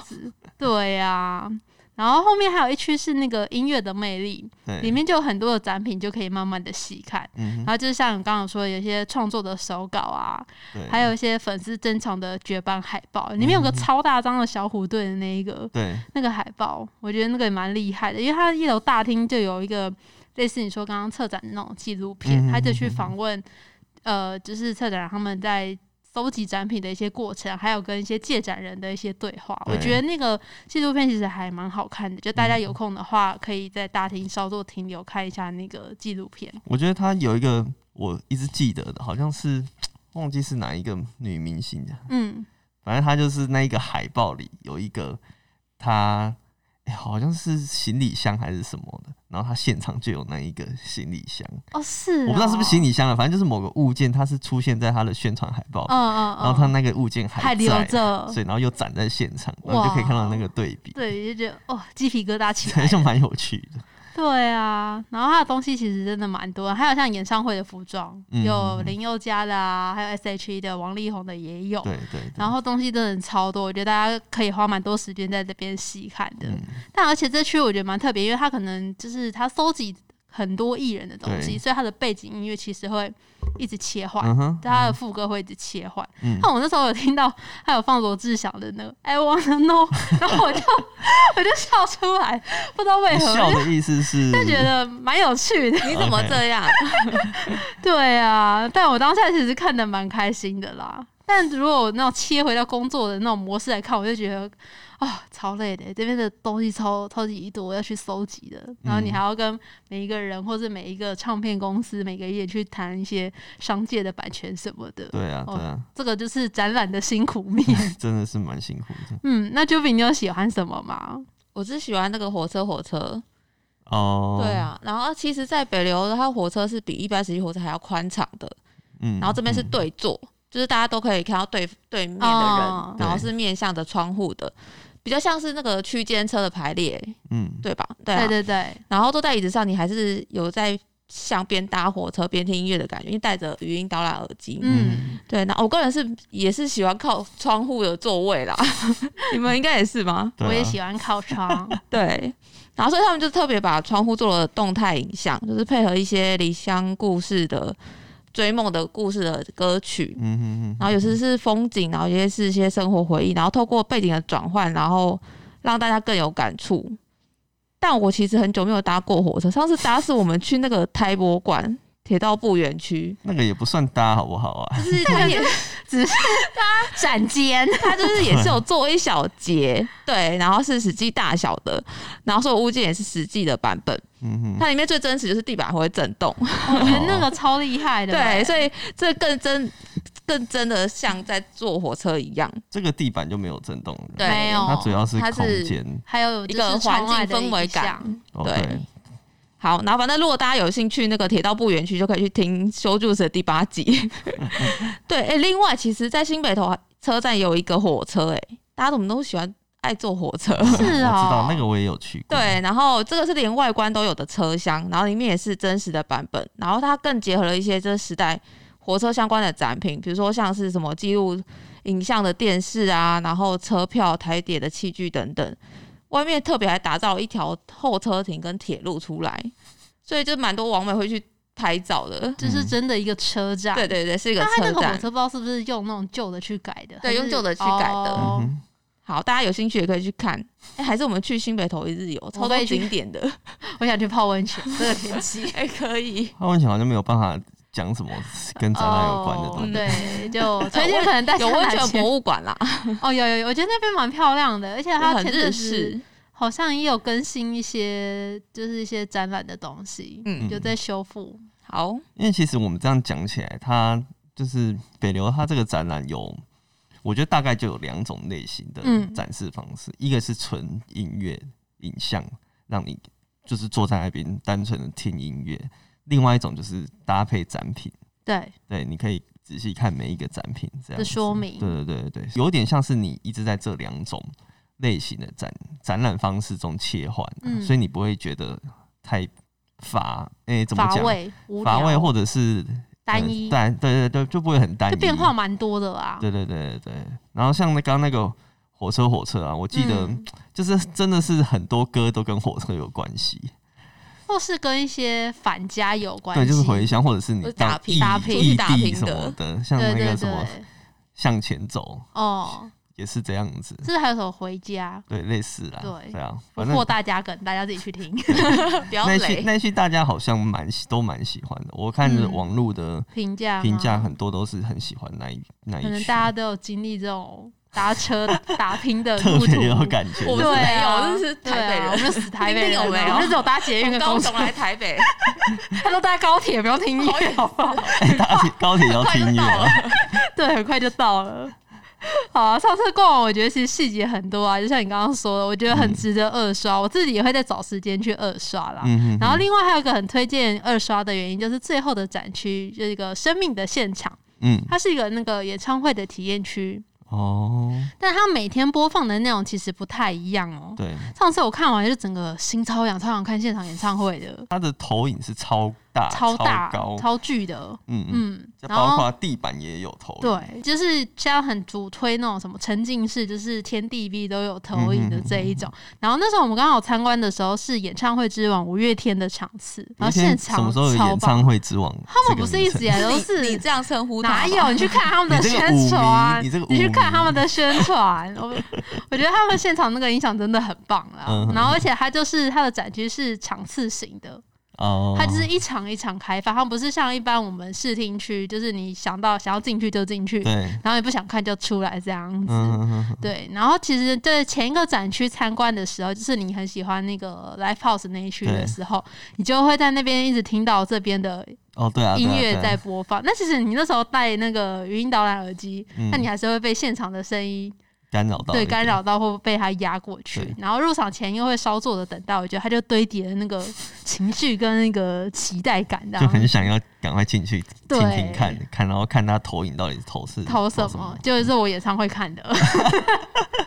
Speaker 2: 对呀、然后后面还有一区是那个音乐的魅力，
Speaker 1: 对，
Speaker 2: 里面就有啊很多的展品，就可以慢慢的细看。
Speaker 1: 嗯
Speaker 2: 然
Speaker 1: 哼，
Speaker 2: 后就是像你刚刚有说，有一些创作的手稿啊，
Speaker 1: 对，嗯
Speaker 2: 还有一些粉丝珍藏的绝版海报，里面有个超大张的小虎队的那一个，
Speaker 1: 对，
Speaker 2: 那个海报，我觉得那个也蛮厉害的，因为它一楼大厅就有一个类似你说刚刚策展的那种纪录片，
Speaker 1: 嗯
Speaker 2: 他就去访问，呃，就是策展人他们在搜集展品的一些过程，还有跟一些借展人的一些对话。
Speaker 1: 对嗯
Speaker 2: 我觉得那个纪录片其实还蛮好看的，就大家有空的话，可以在大厅稍作停留看一下那个纪录片。
Speaker 1: 我觉得他有一个我一直记得的，好像是忘记是哪一个女明星的，
Speaker 2: 嗯，
Speaker 1: 反正她就是那一个海报里有一个她、哎好像是行李箱还是什么的，然后她现场就有那一个行李箱，
Speaker 2: 哦是哦，
Speaker 1: 我不知道是不是行
Speaker 2: 李，
Speaker 1: 李箱啊了，反正就是某个物件，它是出现在她的宣传海报，
Speaker 2: 嗯嗯嗯，
Speaker 1: 然后她那个物件
Speaker 2: 还
Speaker 1: 还
Speaker 2: 留
Speaker 1: 在，啊
Speaker 2: 着，
Speaker 1: 所以然后又展在现场，然后就可以看到那个对比，
Speaker 2: 对，就觉得哦鸡皮疙瘩起来
Speaker 1: 对，
Speaker 2: 了。
Speaker 1: <laughs> 就蛮有趣的。
Speaker 2: <laughs> 对啊，然后他的东西其实真的蛮多的，还有像演唱会的服装，
Speaker 1: 嗯
Speaker 2: 有林宥嘉的啊，还有 S.H.E 的、王力宏的也有。
Speaker 1: 对对对，
Speaker 2: 哦然后东西真的超多，我觉得大家可以花蛮多时间在这边细看的。
Speaker 1: 嗯
Speaker 2: 但而且这区我觉得蛮特别，因为他可能就是他搜集很多艺人的东西，
Speaker 1: 对
Speaker 2: 所以他的背景音乐其实会一直切换，
Speaker 1: 嗯哼，
Speaker 2: 他的副歌会一直切换。
Speaker 1: 嗯
Speaker 2: 那、我那时候有听到他有放罗志祥的那个 I wanna know，然后我就 <laughs> 我就笑出来，不知道为
Speaker 1: <laughs>
Speaker 2: 何，
Speaker 1: 笑
Speaker 2: <laughs>
Speaker 1: 的意思是
Speaker 2: 就觉得蛮有
Speaker 1: <laughs>
Speaker 2: 趣的。
Speaker 3: <laughs> 你怎么这样？
Speaker 2: 对啊，但我当下其实看的蛮开心的啦。但如果我那种切回到工作的那种模式来看，我就觉得啊、超累的，这边的东西超超级多，要去搜集
Speaker 1: 嗯
Speaker 2: 的。然后你还要跟每一个人或是每一个唱片公司、每个艺人去谈一些商界的版权什么的。哦
Speaker 1: 对啊，对啊，
Speaker 2: 这个就是展览的辛
Speaker 1: <laughs>
Speaker 2: 苦面。
Speaker 1: 真的是蛮辛苦的。
Speaker 2: 嗯，那 Juby 你有喜欢什么吗？
Speaker 3: 我只喜欢那个火车，火车。
Speaker 1: 哦，
Speaker 3: 对，啊，然后其实，在北流，它火车是比一般实际火车还要宽敞的，
Speaker 1: 嗯
Speaker 3: 然后这边是
Speaker 1: 嗯
Speaker 3: 对坐，就是大家都可以看到对对面的人，
Speaker 2: 哦
Speaker 3: 然后是面向着窗户的，比较像是那个区间车的排列，
Speaker 1: 嗯，
Speaker 3: 对吧？对啊，
Speaker 2: 对对对，
Speaker 3: 然后坐在椅子上，你还是有在像边搭火车边听音乐的感觉，因为戴着语音导览耳机。
Speaker 2: 嗯，
Speaker 3: 对，那我个人是也是喜欢靠窗户的座位啦， <laughs> 你们应该也是吗？
Speaker 1: 对啊
Speaker 2: 我也喜欢靠窗。
Speaker 3: 对，然后所以他们就特别把窗户做了动态影像，就是配合一些离乡故事的追梦的故事的歌曲，
Speaker 1: 嗯哼哼，
Speaker 3: 然后有时是风景，然后有些是一些生活回忆，然后透过背景的转换，然后让大家更有感触。但我其实很久没有搭过火车，上次搭是我们去那个台博馆铁道部园 <laughs> 区，
Speaker 1: 那个也不算搭好不好啊？
Speaker 3: 就是它也
Speaker 2: 只是 <laughs> 闪肩，
Speaker 3: 它就是也是有做一小节，对，然后是实际大小的，然后所有物件也是实际的版本。
Speaker 1: 嗯哼，哦
Speaker 3: 它里面最真实就是地板会震动，
Speaker 2: 我觉得那个超厉害的。
Speaker 3: 哦
Speaker 2: 欸
Speaker 3: 对，
Speaker 2: 以
Speaker 3: 所以这更真更真的像在坐火车一样。
Speaker 1: 这个地板就没有震动了，
Speaker 3: 对
Speaker 2: 没有
Speaker 1: 它主要是
Speaker 3: 它是
Speaker 1: 空间，
Speaker 2: 还有
Speaker 3: 一
Speaker 2: 就
Speaker 3: 个
Speaker 2: 是窗
Speaker 3: 环
Speaker 2: 外
Speaker 3: 境
Speaker 2: 的
Speaker 3: 氛围
Speaker 2: 影
Speaker 3: 感
Speaker 2: 响。
Speaker 1: 哦
Speaker 3: 对
Speaker 1: 对，
Speaker 3: 好，然后反正如果大家有兴趣，那个铁道部园区就可以去听修筑的第八集。对，哎、另外其实，在新北投车站有一个火车、诶，哎，大家怎么都喜欢爱坐火车？
Speaker 2: 是
Speaker 1: 我知道
Speaker 2: 哦
Speaker 1: 那个我也有去过，
Speaker 3: 对，然后这个是连外观都有的车厢，然后里面也是真实的版本，然后它更结合了一些这时代火车相关的展品，比如说像是什么记录影像的电视啊，然后车票、台铁的器具等等。外面特别还打造了一条候车亭跟铁路出来，所以就蛮多网美会去拍照的。
Speaker 2: 这
Speaker 1: 嗯
Speaker 2: 是真的一个车站。
Speaker 3: 对对对，是一个
Speaker 2: 但它那
Speaker 3: 车
Speaker 2: 个火
Speaker 3: 站
Speaker 2: 车。不知道是不是用那种旧的去改的，
Speaker 3: 对
Speaker 2: 还是
Speaker 3: 用旧的去改的
Speaker 1: 嗯
Speaker 2: 哦
Speaker 1: 哼，
Speaker 3: 好，大家有兴趣也可以去看。哎、还是我们去新北投一日游，
Speaker 2: 我
Speaker 3: 超
Speaker 2: 可
Speaker 3: 多
Speaker 2: 以去
Speaker 3: 景
Speaker 2: <laughs>
Speaker 3: 点的。
Speaker 2: 我想去泡温
Speaker 3: <laughs>
Speaker 2: 泉，这个天气。
Speaker 3: 哎、可以。
Speaker 1: 他问起好像没有办法讲什么跟展览有关的
Speaker 2: 哦
Speaker 1: 东西，
Speaker 2: 对，就推荐可能大家
Speaker 3: 有温
Speaker 2: 拿
Speaker 3: 泉
Speaker 2: 钱
Speaker 3: 博物馆啦，
Speaker 2: 哦，有有有，我觉得那边蛮漂亮的，而且它
Speaker 3: 很
Speaker 2: 前
Speaker 3: 日
Speaker 2: 阵
Speaker 3: 式
Speaker 2: 子。好像也有更新一些，就是一些展览的东西，
Speaker 3: 嗯
Speaker 2: 有在修复。
Speaker 3: 好，
Speaker 1: 因为其实我们这样讲起来，它就是北流，它这个展览有，我觉得大概就有两种类型的
Speaker 2: 嗯
Speaker 1: 展示方式，一个是纯音乐影像，让你就是坐在那边单纯的听音乐；，另外一种就是搭配展品，
Speaker 2: 对，
Speaker 1: 对，你可以仔细看每一个展品这样
Speaker 2: 的
Speaker 1: 子
Speaker 2: 说明
Speaker 1: 对对对对对，有点像是你一直在这两种类型的展展览方式中切换、啊
Speaker 2: 嗯
Speaker 1: 所以你不会觉得太乏，诶、怎么
Speaker 2: 乏
Speaker 1: 讲？
Speaker 2: 味、无
Speaker 1: 乏味
Speaker 2: 聊
Speaker 1: 或者是
Speaker 2: 单一，
Speaker 1: 对对对对，就不会很单一，
Speaker 2: 就变化蛮多的啦。
Speaker 1: 对对对对对。然后像那刚刚那个火车火车啊，我记得
Speaker 2: 嗯
Speaker 1: 就是真的是很多歌都跟火车有关系，
Speaker 2: 或是跟一些返家有关系，
Speaker 1: 对，就是回乡或者是你
Speaker 3: 或者
Speaker 1: 到
Speaker 3: 打拼
Speaker 1: 异
Speaker 2: 打拼
Speaker 1: 异
Speaker 3: 打拼
Speaker 1: 地什么的，像
Speaker 2: 对
Speaker 1: 那
Speaker 2: 对
Speaker 1: 个什么
Speaker 2: 对，
Speaker 1: 向前走
Speaker 2: 哦，
Speaker 1: 也是这样子，
Speaker 2: 这还有什么回家？
Speaker 1: 对，类似啦，
Speaker 2: 对
Speaker 1: 对啊，
Speaker 2: 不
Speaker 1: 反
Speaker 2: 破
Speaker 1: 正
Speaker 2: 大家梗，大家自己去听 <laughs>
Speaker 3: 不要
Speaker 1: 那一
Speaker 3: 累
Speaker 1: 区。那一区大家好像蛮喜都蛮喜欢的，我看
Speaker 2: 嗯
Speaker 1: 网络的
Speaker 2: 评价吗
Speaker 1: 评价很多都是很喜欢那一那
Speaker 2: 可
Speaker 1: 一
Speaker 2: 能
Speaker 1: 区，
Speaker 2: 大家都有经历这种搭
Speaker 1: <laughs>
Speaker 2: 车打拼的
Speaker 1: 特
Speaker 2: 路途
Speaker 1: 别。有感觉，
Speaker 3: 我们
Speaker 2: 对啊，
Speaker 3: 我们是台
Speaker 2: 对
Speaker 3: 北人
Speaker 2: 啊我们是死台北
Speaker 3: 一定
Speaker 2: 人，
Speaker 3: 有没有
Speaker 2: 我们就只有搭捷运
Speaker 3: 从
Speaker 2: 跟
Speaker 3: 高
Speaker 2: 公
Speaker 3: 雄
Speaker 2: 车，
Speaker 3: 来台北，
Speaker 2: <laughs> 他都搭高啊铁，不用听音乐，好不好？
Speaker 1: 哎大铁高铁要听音乐啊，
Speaker 2: 对，很快就到了。好啊，上次逛完，我觉得其实细节很多啊，就像你刚刚说的，我觉得
Speaker 1: 嗯
Speaker 2: 很值得二刷，我自己也会再找时间去二刷啦。
Speaker 1: 嗯哼
Speaker 2: 然后另外还有一个很推荐二刷的原因，就是最后的展区，就是一个生命的现场，
Speaker 1: 嗯
Speaker 2: 它是一个那个演唱会的体验区，
Speaker 1: 哦，
Speaker 2: 但它每天播放的内容其实不太一样哦。
Speaker 1: 对，
Speaker 2: 上次我看完就整个心超痒，超想看现场演唱会的，
Speaker 1: 它的投影是超大、
Speaker 2: 超大、
Speaker 1: 高，
Speaker 2: 超巨的，
Speaker 1: 嗯嗯，
Speaker 2: 嗯，
Speaker 1: 这
Speaker 2: 然
Speaker 1: 包
Speaker 2: 后
Speaker 1: 括地板也有投影，
Speaker 2: 对，就是现在很主推那种什么沉浸式，就是天地 V 都有投影的这一
Speaker 1: 嗯
Speaker 2: 种。然后那时候我们刚好参观的时候是演唱会之王五月天的场次，
Speaker 1: 有一
Speaker 2: 然后现
Speaker 1: 天
Speaker 2: 场
Speaker 1: 什么时候有
Speaker 2: 超
Speaker 1: 演
Speaker 2: 棒
Speaker 1: 唱会之王？
Speaker 2: 他
Speaker 1: 这
Speaker 2: 们
Speaker 1: 个
Speaker 2: 不是
Speaker 1: 名
Speaker 2: 一
Speaker 1: 称
Speaker 2: 直以来都
Speaker 3: 你
Speaker 2: 是
Speaker 3: 你这样称呼他
Speaker 2: 哪有？你去看他们的
Speaker 1: 你这个
Speaker 2: 宣传，
Speaker 1: 舞迷你这个舞迷
Speaker 2: 去看他们的宣传。我我觉得他们现场那个音响真的很棒啦。
Speaker 1: 嗯哼
Speaker 2: 然后而且它就是它的展区是场次型的，
Speaker 1: 哦，
Speaker 2: 它就是一场一场开放，它不是像一般我们视听区，就是你想到想要进去就进去，
Speaker 1: 对，
Speaker 2: 然后你不想看就出来这样子。
Speaker 1: 嗯嗯嗯
Speaker 2: 对，然后其实对前一个展区参观的时候，就是你很喜欢那个 l i v e house 那一区
Speaker 1: 对
Speaker 2: 的时候，你就会在那边一直听到这边的
Speaker 1: 哦对啊，对
Speaker 2: 音
Speaker 1: 啊
Speaker 2: 乐在，
Speaker 1: 对啊
Speaker 2: 播放。那其实你那时候戴那个语音导览耳机，
Speaker 1: 嗯
Speaker 2: 那你还是会被现场的声音
Speaker 1: 干扰到
Speaker 2: 对
Speaker 1: 一点
Speaker 2: 干，扰到，或被它压过去
Speaker 1: 对。
Speaker 2: 然后入场前又会稍作的等待，我觉得它就堆叠了那个情绪跟那个期待感，这
Speaker 1: 就很
Speaker 2: 样
Speaker 1: 想要赶快进去
Speaker 2: 对
Speaker 1: 听听看看，然后看它投影到底是投是
Speaker 2: 投什
Speaker 1: 什
Speaker 2: 么？就是我演唱会看
Speaker 1: <laughs>
Speaker 2: 的。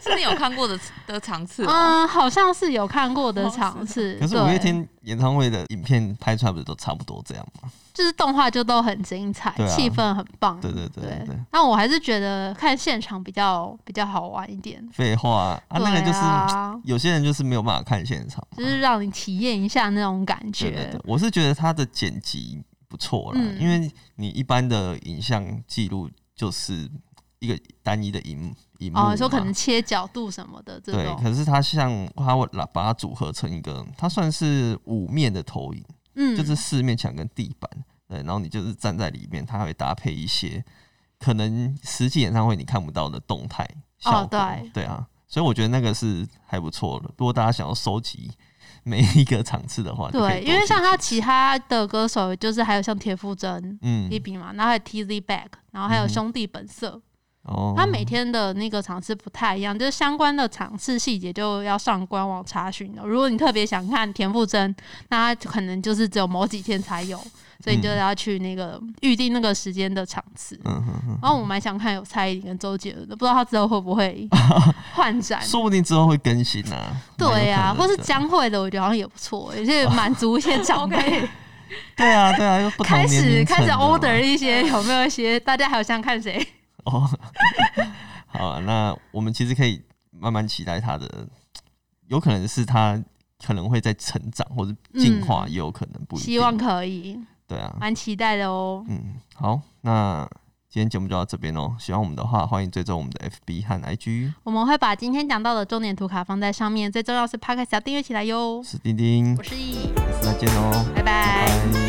Speaker 3: 是你有看过的的
Speaker 2: <laughs>
Speaker 3: 场次哦、
Speaker 2: 嗯，好像是有看过的
Speaker 3: 哦是
Speaker 2: 场次。
Speaker 1: 啊可是
Speaker 2: 对
Speaker 1: 五月天演唱会的影片拍出来不是都差不多这样吗？
Speaker 2: 就是动画就都很精彩
Speaker 1: 对，啊
Speaker 2: 气、氛很棒。
Speaker 1: 对对对
Speaker 2: 对
Speaker 1: 对。
Speaker 2: 但我还是觉得看现场比较比较好玩一点。
Speaker 1: 废话啊，啊那个
Speaker 2: 对
Speaker 1: 就是
Speaker 2: 啊
Speaker 1: 有些人就是没有办法看现场嘛，
Speaker 2: 就是让你体验一下那种感觉。
Speaker 1: 对对对，我是觉得他的剪辑不错啦，
Speaker 2: 嗯
Speaker 1: 因为你一般的影像记录就是一个单一的荧荧幕嘛，
Speaker 2: 哦，你说可能切角度什么的这
Speaker 1: 对，
Speaker 2: 种，
Speaker 1: 可是它像它会把把它组合成一个，它算是五面的投影，
Speaker 2: 嗯，
Speaker 1: 就是四面墙跟地板，对，然后你就是站在里面，它会搭配一些可能实际演唱会你看不到的动态效
Speaker 2: 哦
Speaker 1: 果，
Speaker 2: 对
Speaker 1: 啊，所以我觉得那个是还不错的。如果大家想要收集 <laughs> 每一个场次的话，就可以
Speaker 2: 对，
Speaker 1: 多
Speaker 2: 因为
Speaker 1: 去
Speaker 2: 像他其他的歌手，就是还有像田馥甄。
Speaker 1: 嗯
Speaker 2: 一比嘛，然后还有 TZ Back，然后还有
Speaker 1: 嗯哼
Speaker 2: 兄弟本色，
Speaker 1: 哦，
Speaker 2: 他每天的那个场次不太一样，就是相关的场次细节就要上官网查询了。如果你特别想看田馥甄，那他可能就是只有某几天才有，所以你就
Speaker 1: 嗯
Speaker 2: 要去那个预定那个时间的场次。
Speaker 1: 嗯哼哼，
Speaker 2: 然后我蛮想看有蔡依林跟周杰伦的，不知道他之后会不
Speaker 1: <laughs>
Speaker 2: 会换展。
Speaker 1: 说不定之后会更新啊，
Speaker 2: 对
Speaker 1: 呀、
Speaker 2: 啊，或是江蕙的，我觉得好像也不错，也是满足
Speaker 1: <laughs>
Speaker 2: 一些长辈
Speaker 1: 对啊对啊，又不同
Speaker 2: 开
Speaker 1: 年
Speaker 2: 始
Speaker 1: 龄
Speaker 2: 开始
Speaker 1: 层的嘛
Speaker 2: order 一些有没有一些大家还有想看谁？
Speaker 1: 哦， <laughs> 好、啊，那我们其实可以慢慢期待他的，有可能是他可能会在成长或者进化，
Speaker 2: 嗯
Speaker 1: 也有可能不一定。
Speaker 2: 希望可以，
Speaker 1: 对啊，
Speaker 2: 蛮期待的哦。
Speaker 1: 嗯，好，那今天节目就到这边喽。喜欢我们的话，欢迎追踪我们的 FB 和 IG。
Speaker 2: 我们会把今天讲到的重点图卡放在上面，最重要是 Podcast 要订阅起来哟
Speaker 1: 我。是丁丁，
Speaker 2: 我是易，
Speaker 1: 下次再见喽，
Speaker 2: 拜拜
Speaker 1: 拜拜